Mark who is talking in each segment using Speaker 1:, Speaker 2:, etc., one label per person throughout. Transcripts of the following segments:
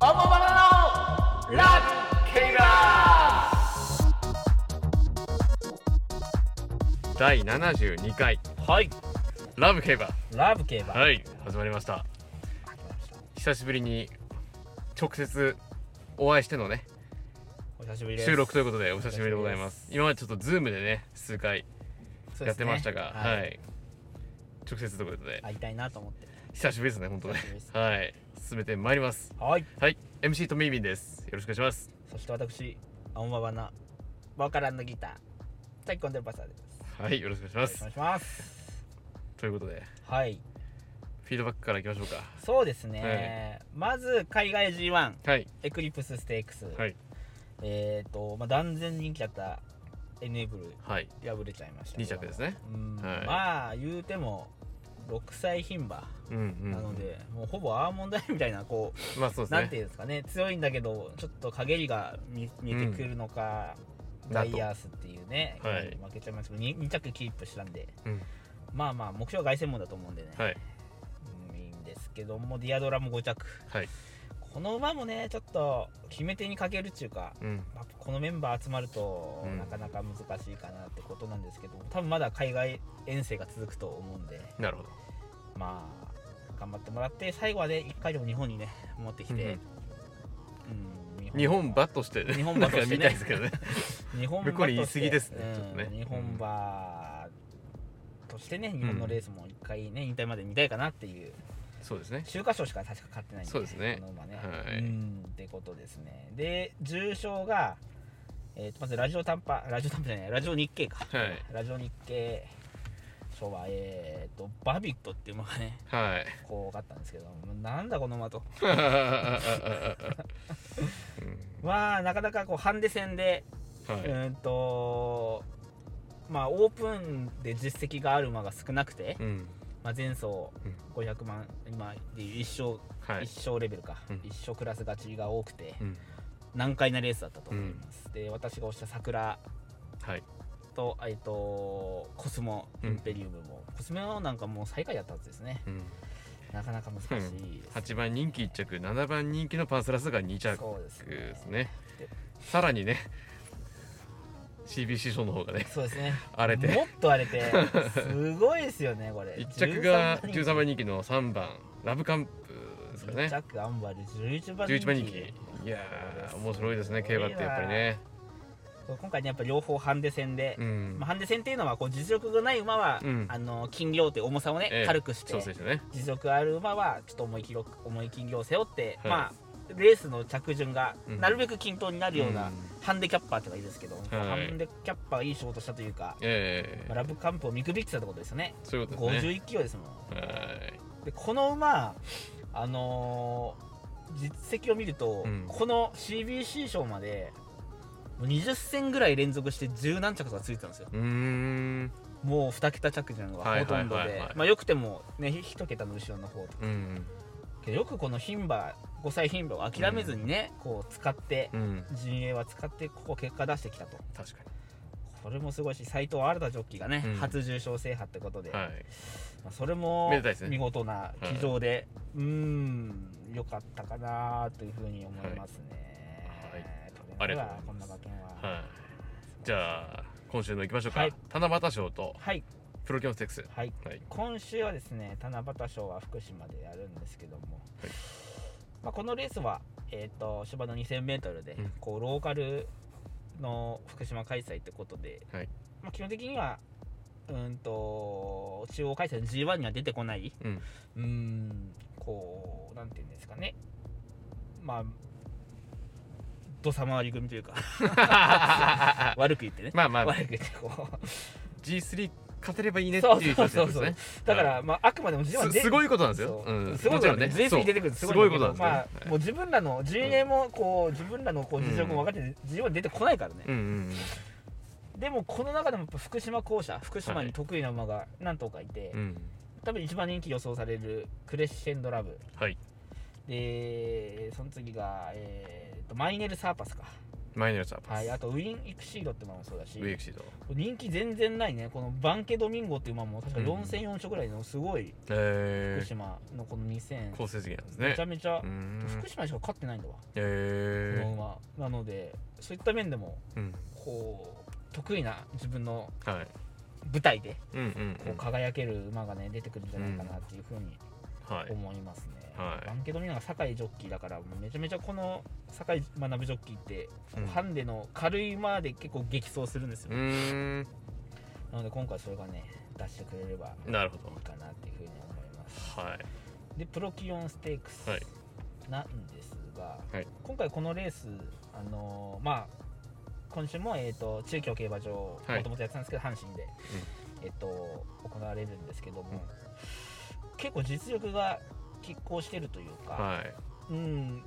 Speaker 1: オモバナのラブケイラ
Speaker 2: 第72回
Speaker 3: はい
Speaker 2: ラブ競馬
Speaker 3: ラブ競馬、
Speaker 2: はい始まりました久しぶりに直接お会いしてのね
Speaker 3: お久しぶりです
Speaker 2: 収録ということでお久しぶりでございます今までちょっとズームでね数回
Speaker 3: そう
Speaker 2: や
Speaker 3: ですね
Speaker 2: ってましたが、はい、
Speaker 3: はい
Speaker 2: 直接ということで
Speaker 3: 会いたいなと思って
Speaker 2: 久しぶりですね本当ね
Speaker 3: 久しぶりです
Speaker 2: はい進めてまいります
Speaker 3: はい
Speaker 2: はい MC トミービンですよろしくお願いします
Speaker 3: そして私青まばなボーカルギターチャイコンデルパサーです
Speaker 2: はいよろしくお願いし
Speaker 3: お願
Speaker 2: ま
Speaker 3: いします
Speaker 2: すということで
Speaker 3: はい
Speaker 2: フィードバックからいきましょうか
Speaker 3: そうですね、まず海外 G1
Speaker 2: はい
Speaker 3: エクリプスステークス、
Speaker 2: はい
Speaker 3: えっ、と、まあ、断然人気だったエネブル
Speaker 2: はい
Speaker 3: 敗れちゃいましたけ
Speaker 2: 2
Speaker 3: ど
Speaker 2: 着ですね
Speaker 3: うん、
Speaker 2: はい
Speaker 3: まあ言うても6歳牝馬
Speaker 2: うんうん
Speaker 3: なので、もうほぼアーモンドアイみたいなこう
Speaker 2: まあそうです
Speaker 3: な
Speaker 2: ね
Speaker 3: んていうんですかね強いんだけどちょっと陰りが見見えてくるのか、
Speaker 2: うん
Speaker 3: ダイヤースっていうね、
Speaker 2: はい
Speaker 3: 負けちゃいますけど 2, 着キープしたんで
Speaker 2: うん
Speaker 3: まあまあ目標は凱旋門だと思うんでね、
Speaker 2: はい
Speaker 3: うんいいんですけどもディアドラも5着
Speaker 2: はい
Speaker 3: この馬もねちょっと決め手に欠けるっていうか
Speaker 2: うん
Speaker 3: やっぱこのメンバー集まると、
Speaker 2: うん
Speaker 3: なかなか難しいかなってことなんですけど多分まだ海外遠征が続くと思うんで
Speaker 2: なるほど
Speaker 3: まあ頑張ってもらって最後はね1回でも日本にね持ってきて、うん
Speaker 2: 日本馬として
Speaker 3: 日本馬としてね
Speaker 2: なんか見たいですけどね
Speaker 3: 日本馬として
Speaker 2: 向こうに言い過ぎですね
Speaker 3: うん
Speaker 2: ちょっとね
Speaker 3: 日本馬としてね日本のレースも一回ね引退まで見たいかなっていう
Speaker 2: そうですね
Speaker 3: 週刊賞しか確か勝ってないんで
Speaker 2: そうですね
Speaker 3: この馬ね、
Speaker 2: はい
Speaker 3: うんってことですねで重賞が、えーとまずラジオ短波ラジオ短波じゃないラジオ日経か、
Speaker 2: はい
Speaker 3: ラジオ日経賞はえっ、とバビットっていう馬がね
Speaker 2: はい
Speaker 3: こう勝ったんですけどなんだこの馬と
Speaker 2: うん
Speaker 3: まあなかなかこうハンデ戦でう
Speaker 2: はい
Speaker 3: ーんとまあオープンで実績がある馬が少なくて、
Speaker 2: うん
Speaker 3: まあ、前走
Speaker 2: うん
Speaker 3: 500万今でいう一勝、
Speaker 2: はい
Speaker 3: 一勝レベルか、
Speaker 2: うん
Speaker 3: 一勝クラス勝ちが多くて
Speaker 2: うん
Speaker 3: 難解なレースだったと思います、で私が推した桜
Speaker 2: はい
Speaker 3: と,、えっとコスモ
Speaker 2: う
Speaker 3: イ
Speaker 2: ん
Speaker 3: ンペリウムも、コスモなんかもう最下位だったはずですね
Speaker 2: うん
Speaker 3: なかなか難しいです、
Speaker 2: 8番人気1着7番人気のパンスラスが2着
Speaker 3: そうですね
Speaker 2: ですねさらにね CBC 賞の方がね
Speaker 3: そうですね
Speaker 2: 荒れて
Speaker 3: もっと荒れてすごいですよねこ れ
Speaker 2: 1着が
Speaker 3: 人
Speaker 2: 13番人気の3番ラブカンプですかね
Speaker 3: ジャック・アンバーで11番人気
Speaker 2: 11番人気いやー面白いですね競馬ってやっぱりね
Speaker 3: 今回ねやっぱ両方ハンデ戦で、
Speaker 2: うん
Speaker 3: まあ、ハンデ戦っていうのはこう実力がない馬は、
Speaker 2: うん
Speaker 3: あの金量って重さをね、
Speaker 2: ええ
Speaker 3: 軽くして
Speaker 2: 調整してね
Speaker 3: 実力ある馬はちょっと重い記録重い金量を背負って、
Speaker 2: はい
Speaker 3: まあレースの着順が
Speaker 2: うん
Speaker 3: なるべく均等になるような、
Speaker 2: うん
Speaker 3: ハンデキャッパーとかいいですけど、ハンデキャッパーがいい仕事したというか、
Speaker 2: ええ
Speaker 3: まあラブカンプを見くびってたってことですよね
Speaker 2: そういうことですね
Speaker 3: 51キロですもん
Speaker 2: はい
Speaker 3: でこの馬あのー実績を見ると、
Speaker 2: うん
Speaker 3: この CBC 賞までもう20戦ぐらい連続して十何着とかついてたんですよ
Speaker 2: うーん
Speaker 3: もう2桁着順
Speaker 2: は
Speaker 3: が
Speaker 2: い
Speaker 3: ほとんど
Speaker 2: はいはい
Speaker 3: で
Speaker 2: はい
Speaker 3: まあよくてもね1桁の後ろの方とか
Speaker 2: うん
Speaker 3: けどよくこの牝馬5歳牝馬を諦めずにね、こう使って
Speaker 2: うん
Speaker 3: 陣営は使ってここ結果出してきたと
Speaker 2: 確か
Speaker 3: これもすごいし斎藤新ジョッキーがね、
Speaker 2: うん
Speaker 3: 初重賞制覇ってことで、
Speaker 2: にはい
Speaker 3: まあそれも
Speaker 2: めでたいですね
Speaker 3: 見事な騎乗で、うーん良かったかなというふうに思いますね。
Speaker 2: はい
Speaker 3: と
Speaker 2: あ
Speaker 3: り
Speaker 2: り
Speaker 3: あ
Speaker 2: が
Speaker 3: えずはこ
Speaker 2: とうご
Speaker 3: ん
Speaker 2: ざ
Speaker 3: ない馬
Speaker 2: ます
Speaker 3: 券は。
Speaker 2: はいじゃあ今週の行きましょうか、
Speaker 3: はい
Speaker 2: 七夕賞と
Speaker 3: はい、
Speaker 2: プロキャンセックス
Speaker 3: はい、
Speaker 2: はい
Speaker 3: 今週はですね七夕賞は福島でやるんですけども、
Speaker 2: はい
Speaker 3: まあ、このレースは、えー、と芝の 2000m で、
Speaker 2: うん
Speaker 3: こうローカルの福島開催ってことで、
Speaker 2: はい
Speaker 3: まあ、基本的にはうーんと中央開催の G1 には出てこない、
Speaker 2: うん
Speaker 3: うーんこうなんていうんですかねまあ土佐回り組という か悪く言ってね、
Speaker 2: まあまあ
Speaker 3: 悪く言ってこう
Speaker 2: G3 勝てればいいねって
Speaker 3: そう
Speaker 2: いう
Speaker 3: そう
Speaker 2: 人
Speaker 3: そう
Speaker 2: です
Speaker 3: そう
Speaker 2: ね
Speaker 3: だから、
Speaker 2: は
Speaker 3: まあ、あくまでも G1
Speaker 2: すすごいことなんですよ
Speaker 3: そう
Speaker 2: うん
Speaker 3: すごいこ
Speaker 2: もち
Speaker 3: と
Speaker 2: ろん
Speaker 3: ね
Speaker 2: ね
Speaker 3: J3 出てくる
Speaker 2: そう
Speaker 3: す
Speaker 2: すご
Speaker 3: ごい
Speaker 2: い
Speaker 3: こ
Speaker 2: こととな
Speaker 3: だ
Speaker 2: ん
Speaker 3: けど
Speaker 2: です
Speaker 3: ま
Speaker 2: ね
Speaker 3: あ
Speaker 2: はい
Speaker 3: もう自分らの陣営もこう自分らのこう実力も分かってて G1 出てこないからね
Speaker 2: うんうん
Speaker 3: でもこの中でもやっぱ福島校舎福島
Speaker 2: は
Speaker 3: に
Speaker 2: い
Speaker 3: 得意な馬が何頭かいて
Speaker 2: うんうん
Speaker 3: 多分一番人気予想されるクレッシェンドラブ
Speaker 2: はい
Speaker 3: でその次がえーとマイネルサーパスか
Speaker 2: マイのやつはパ
Speaker 3: は
Speaker 2: ス、
Speaker 3: い、あとウィン・イクシードって馬もそうだし
Speaker 2: ウェイクシード
Speaker 3: 人気全然ないねこのバンケ・ドミンゴっていう馬も確か
Speaker 2: うん
Speaker 3: 4戦4勝ぐらいのすごい
Speaker 2: え
Speaker 3: 福
Speaker 2: ー、
Speaker 3: 島のこの2000、
Speaker 2: 好成績なんです
Speaker 3: め
Speaker 2: ね
Speaker 3: ちゃめちゃ
Speaker 2: うーん
Speaker 3: 福島しか勝ってないんだわ、この
Speaker 2: え
Speaker 3: 馬なのでそういった面でも
Speaker 2: ー、うん
Speaker 3: こう得意な自分の
Speaker 2: はい
Speaker 3: 舞台で
Speaker 2: うんうん
Speaker 3: こ
Speaker 2: う
Speaker 3: うん輝ける馬がね出てくるんじゃないかなっていうふうに
Speaker 2: はい
Speaker 3: 思いますね、
Speaker 2: はい
Speaker 3: バンケドミナが酒井ジョッキーだからもうめちゃめちゃこの酒井学ぶジョッキーって、
Speaker 2: うん
Speaker 3: ハンデの軽い馬で結構激走するんですよ、
Speaker 2: うーん
Speaker 3: なので今回それがね出してくれればいい
Speaker 2: なるほ
Speaker 3: かなっていうふうに思います
Speaker 2: どはい
Speaker 3: でプロキオンステークス
Speaker 2: はい
Speaker 3: なんですが、
Speaker 2: はい
Speaker 3: 今回このレースあのーまあ今週も、えー、と中京競馬場も
Speaker 2: はい
Speaker 3: ともとやってたんですけど阪神で、えっと行われるんですけども、結構実力が拮抗してるというか、
Speaker 2: はい
Speaker 3: うん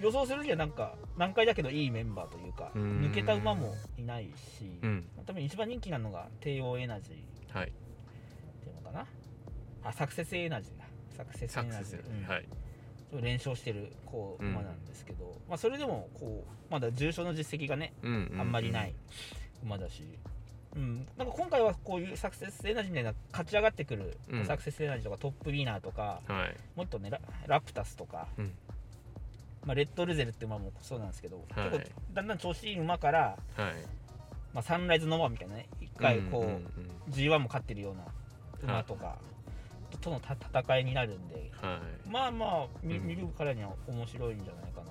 Speaker 3: 予想するにはなんか難解だけどいいメンバーというか
Speaker 2: うーん
Speaker 3: 抜けた馬もいないし、
Speaker 2: うん
Speaker 3: 多分一番人気なのが帝王エナジーっ
Speaker 2: はい
Speaker 3: ていうのかなあサクセスエナジーだサクセスエ
Speaker 2: サク
Speaker 3: ナ
Speaker 2: セ
Speaker 3: ジ
Speaker 2: ス
Speaker 3: ー、うん
Speaker 2: はい
Speaker 3: ちょっと連勝してるこう
Speaker 2: うん
Speaker 3: 馬なんですけど、まあ、それでもこうまだ重賞の実績がね
Speaker 2: うんうう
Speaker 3: あんまりない馬だし、うん、なんか今回はこういうサクセスエナジーみたいな勝ち上がってくる、
Speaker 2: うん
Speaker 3: サクセスエナジーとかトップウィーナーとか
Speaker 2: はい
Speaker 3: もっとねララプタスとか、
Speaker 2: うん
Speaker 3: まあ、レッドルゼルって馬もそうなんですけど、
Speaker 2: はい
Speaker 3: 結構だんだん調子いい馬から、
Speaker 2: はい
Speaker 3: まあ、サンライズノバみたいなね一回こう、
Speaker 2: んんん
Speaker 3: G1 も勝ってるような馬とか、とのた戦いになるんで。
Speaker 2: は
Speaker 3: まあまあ見
Speaker 2: うん
Speaker 3: 見るからには面白いんじゃないかな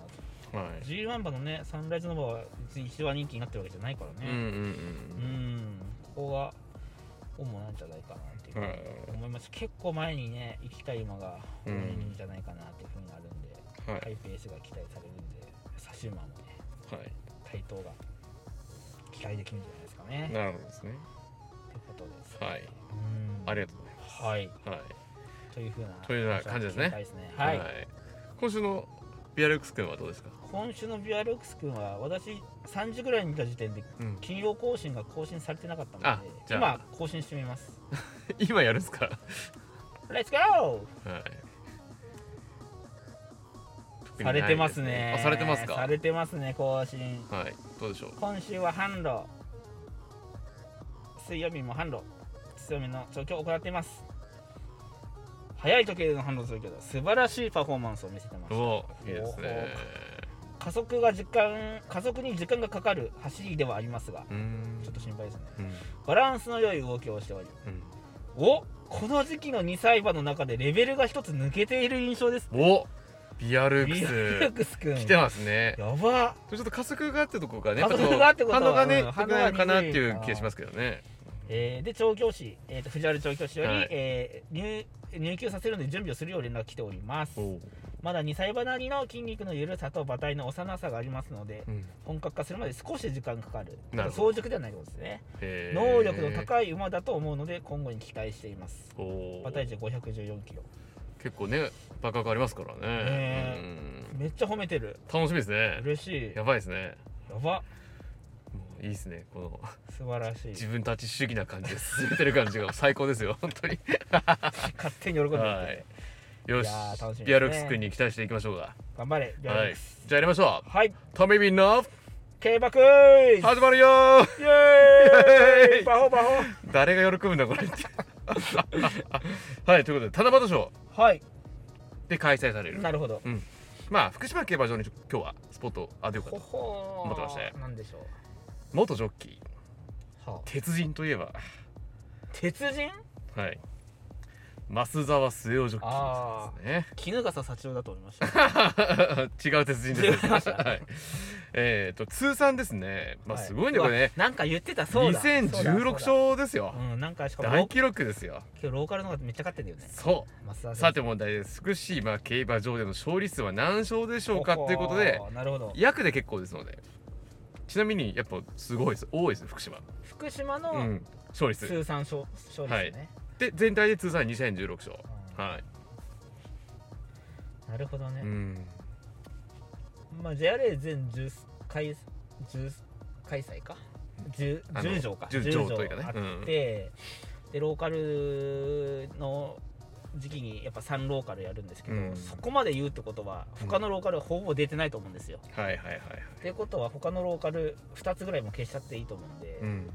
Speaker 3: と
Speaker 2: いはい
Speaker 3: G1 馬のねサンライズの馬は別に一番人気になってるわけじゃないから
Speaker 2: うんう
Speaker 3: ね
Speaker 2: ん
Speaker 3: うんここが主なんじゃないかなっていうふ
Speaker 2: う
Speaker 3: うん
Speaker 2: は
Speaker 3: に
Speaker 2: い
Speaker 3: 思います結構前にね行きたい馬が多
Speaker 2: う
Speaker 3: い
Speaker 2: ん
Speaker 3: んじゃないかなっていうふうにあるんで、
Speaker 2: は
Speaker 3: ハ
Speaker 2: い
Speaker 3: イペースが期待されるんで差し馬もね
Speaker 2: はい
Speaker 3: 対等が期待できるんじゃないですかね
Speaker 2: なるほどですね
Speaker 3: ってことです
Speaker 2: はい
Speaker 3: うん
Speaker 2: ありがとうございます
Speaker 3: はい
Speaker 2: はい
Speaker 3: というふうな
Speaker 2: というような感じですね
Speaker 3: 聞きたいですねはい、
Speaker 2: 今週のビアレックス君はどうですか
Speaker 3: 今週のビアルックス君は私3時ぐらいに見た時点で
Speaker 2: うん
Speaker 3: 金曜更新が更新されてなかった
Speaker 2: あ
Speaker 3: ので
Speaker 2: じゃあ
Speaker 3: 今更新してみます
Speaker 2: 今やるんですか
Speaker 3: レッツゴ
Speaker 2: はい
Speaker 3: ーされてますね
Speaker 2: あされてますか
Speaker 3: されてますね更新
Speaker 2: はいどうでしょう
Speaker 3: 今週は販路水曜日も販路強めの調教を行っています早い時計での販路調教だ素晴らしいパフォーマンスを見せてます
Speaker 2: おーいいですね
Speaker 3: 加速が時間加速に時間がかかる走りではありますが
Speaker 2: うーん
Speaker 3: ちょっと心配ですね
Speaker 2: うん
Speaker 3: バランスの良い動きをしており
Speaker 2: うん
Speaker 3: おこの時期の2歳馬の中でレベルが一つ抜けている印象です
Speaker 2: おビアル
Speaker 3: ビル
Speaker 2: ック
Speaker 3: クス君
Speaker 2: ス来てますね
Speaker 3: やば
Speaker 2: ちょっと加速があってとこがね
Speaker 3: 加速があってことは
Speaker 2: 反応がね
Speaker 3: うん
Speaker 2: 反応がかなってい
Speaker 3: 反応が鈍いか
Speaker 2: う
Speaker 3: な
Speaker 2: 気がしますけどね
Speaker 3: えーで調教師、えー、と藤原調教師より、
Speaker 2: はい
Speaker 3: えー入入給させるので準備をするよう連絡来ております
Speaker 2: お
Speaker 3: まだ2歳馬なりの筋肉の緩さと馬体の幼さがありますので本格化するまで少し時間かかる
Speaker 2: なるほど
Speaker 3: 早熟ではないってことですね能力の高い馬だと思うので今後に期待しています
Speaker 2: いお
Speaker 3: 馬
Speaker 2: ー
Speaker 3: 体重5 1 4キロ
Speaker 2: 結構ねバカがありますからね
Speaker 3: え
Speaker 2: うん
Speaker 3: めっちゃ褒めてる
Speaker 2: 楽しみですね
Speaker 3: 嬉しいや
Speaker 2: やばいですね
Speaker 3: ば
Speaker 2: もういいですねこの
Speaker 3: 素晴らしい
Speaker 2: 自分たち主義な感じで進めてる感じが最高ですよ 本当に
Speaker 3: 勝手に喜んでる、
Speaker 2: はいよし
Speaker 3: いやー楽しみですね
Speaker 2: ビアルックス君に期待していきましょうか
Speaker 3: 頑張れビア
Speaker 2: は
Speaker 3: レッ
Speaker 2: い
Speaker 3: クス
Speaker 2: じゃあやりましょう
Speaker 3: はい
Speaker 2: トミービンの
Speaker 3: 競馬クイズ
Speaker 2: 始まるよー
Speaker 3: イエー
Speaker 2: イエーイ
Speaker 3: イバホバホ
Speaker 2: 誰が喜ぶんだこれって はいということで七夕賞
Speaker 3: はい
Speaker 2: で開催される
Speaker 3: なるほど
Speaker 2: うんまあ福島競馬場に今日はスポットを当てようか
Speaker 3: ほ
Speaker 2: と
Speaker 3: ほー
Speaker 2: 待ってましたよ
Speaker 3: なんでしょう
Speaker 2: 元ジョッキー
Speaker 3: はあ、
Speaker 2: 鉄人といえば
Speaker 3: 鉄人
Speaker 2: はい増沢末雄ジョッキーさんですね
Speaker 3: 衣笠幸男だと思いました
Speaker 2: 違う鉄人です。
Speaker 3: 違いました
Speaker 2: はい。えっ、と通算ですね。 まあ
Speaker 3: は
Speaker 2: すごいね、これね
Speaker 3: うわ。なんか言ってたそうだ
Speaker 2: 2016
Speaker 3: そう
Speaker 2: 勝ですよ
Speaker 3: だ。うんなんかしかも
Speaker 2: 大
Speaker 3: 今
Speaker 2: 記録ですよ。
Speaker 3: 日ローカルの方がめっちゃ勝ってんだよね
Speaker 2: そ
Speaker 3: 松田
Speaker 2: う。さて問題です。福島競馬場での勝利数は何勝でしょうかっていうことで
Speaker 3: ほ、ほーなるほど
Speaker 2: 約で結構ですので。ちなみにやっぱすごいです。多いです福島。
Speaker 3: 福島
Speaker 2: う
Speaker 3: の
Speaker 2: ん。勝利数
Speaker 3: 通算勝勝利ですね、
Speaker 2: で全体で通算2016勝。はい。
Speaker 3: なるほどね、
Speaker 2: うん。
Speaker 3: まあ JRA 全10回10開催か 10,
Speaker 2: あの
Speaker 3: 10条か
Speaker 2: 10条というかね
Speaker 3: あって、でローカルの時期にやっぱ3ローカルやるんですけど、
Speaker 2: うん
Speaker 3: そこまで言うってことは他のローカルはほぼ出てないと思うんですよ。
Speaker 2: はいはいはいはい
Speaker 3: っていうことは他のローカル2つぐらいも消しちゃっていいと思うんで、
Speaker 2: うん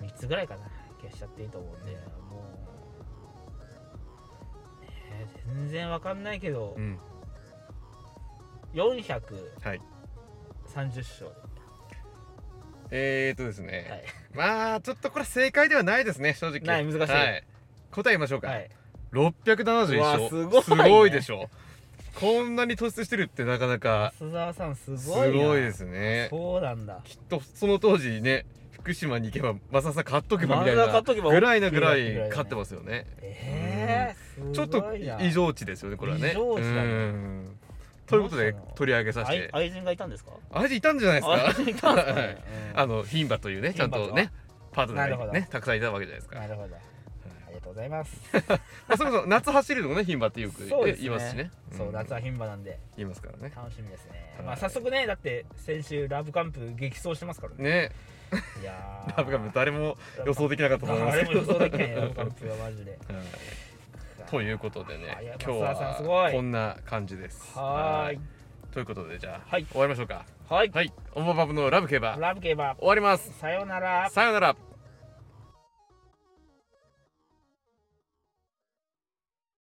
Speaker 3: 3つぐらいかな消しちゃっていいと思うんで、もう、ねえ、全然わかんないけど、
Speaker 2: うん
Speaker 3: 430
Speaker 2: はい
Speaker 3: 勝、
Speaker 2: えー、っとですね、
Speaker 3: はい
Speaker 2: まあちょっとこれ正解ではないですね正直
Speaker 3: ない難しい
Speaker 2: はい、答え言いましょうか、
Speaker 3: はい、
Speaker 2: 671
Speaker 3: うわ
Speaker 2: 勝
Speaker 3: すごいね
Speaker 2: すごいでしょこんなに突出してるってなかなか
Speaker 3: 須澤さんす
Speaker 2: す
Speaker 3: ごいな
Speaker 2: ごいですね
Speaker 3: そうなんだ
Speaker 2: きっとその当時ね福島に行けばマサさ買っとけばみたい
Speaker 3: マサ買っとけ
Speaker 2: な
Speaker 3: ば
Speaker 2: ぐらいなぐ
Speaker 3: OK
Speaker 2: ら
Speaker 3: ぐらい
Speaker 2: い
Speaker 3: だね
Speaker 2: 買ってますよね
Speaker 3: ええ
Speaker 2: ちょっと異常値ですよねこれはね
Speaker 3: 異常値だね
Speaker 2: うんということで
Speaker 3: どうしたの
Speaker 2: 取り上げさせ
Speaker 3: 愛
Speaker 2: て
Speaker 3: 愛人がいたんですか
Speaker 2: あいついたんじゃないです
Speaker 3: 愛人い
Speaker 2: か
Speaker 3: たんですか、
Speaker 2: はい
Speaker 3: ねうん
Speaker 2: あの牝馬というねちゃんと
Speaker 3: 牝馬
Speaker 2: ねパートナ
Speaker 3: なるほ
Speaker 2: ー
Speaker 3: ど
Speaker 2: がねたくさんいたわけじゃないですか
Speaker 3: なるほどありがとうございます
Speaker 2: まあそもそも夏走るのもね牝馬ってよく
Speaker 3: そうですね
Speaker 2: 言いますしね
Speaker 3: そう夏は牝馬なんで
Speaker 2: 言いますからね
Speaker 3: 楽しみですね、
Speaker 2: はい
Speaker 3: まあ早速ねだって先週ラブカンプ激走してますからね
Speaker 2: ね
Speaker 3: いやー
Speaker 2: ラブカム誰も予想できなかったと思います
Speaker 3: 誰
Speaker 2: け
Speaker 3: も
Speaker 2: ど
Speaker 3: 予想できないラブカンプはマ ジで
Speaker 2: はいということでね
Speaker 3: あいや
Speaker 2: 今日
Speaker 3: 松田さんすご
Speaker 2: はいこんな感じです
Speaker 3: はーい
Speaker 2: ということでじゃあ、
Speaker 3: はい
Speaker 2: 終わりましょうか
Speaker 3: はい
Speaker 2: はいオモバブのラブ競馬終
Speaker 3: ラブ競馬
Speaker 2: わります
Speaker 3: さようなら
Speaker 2: さようなら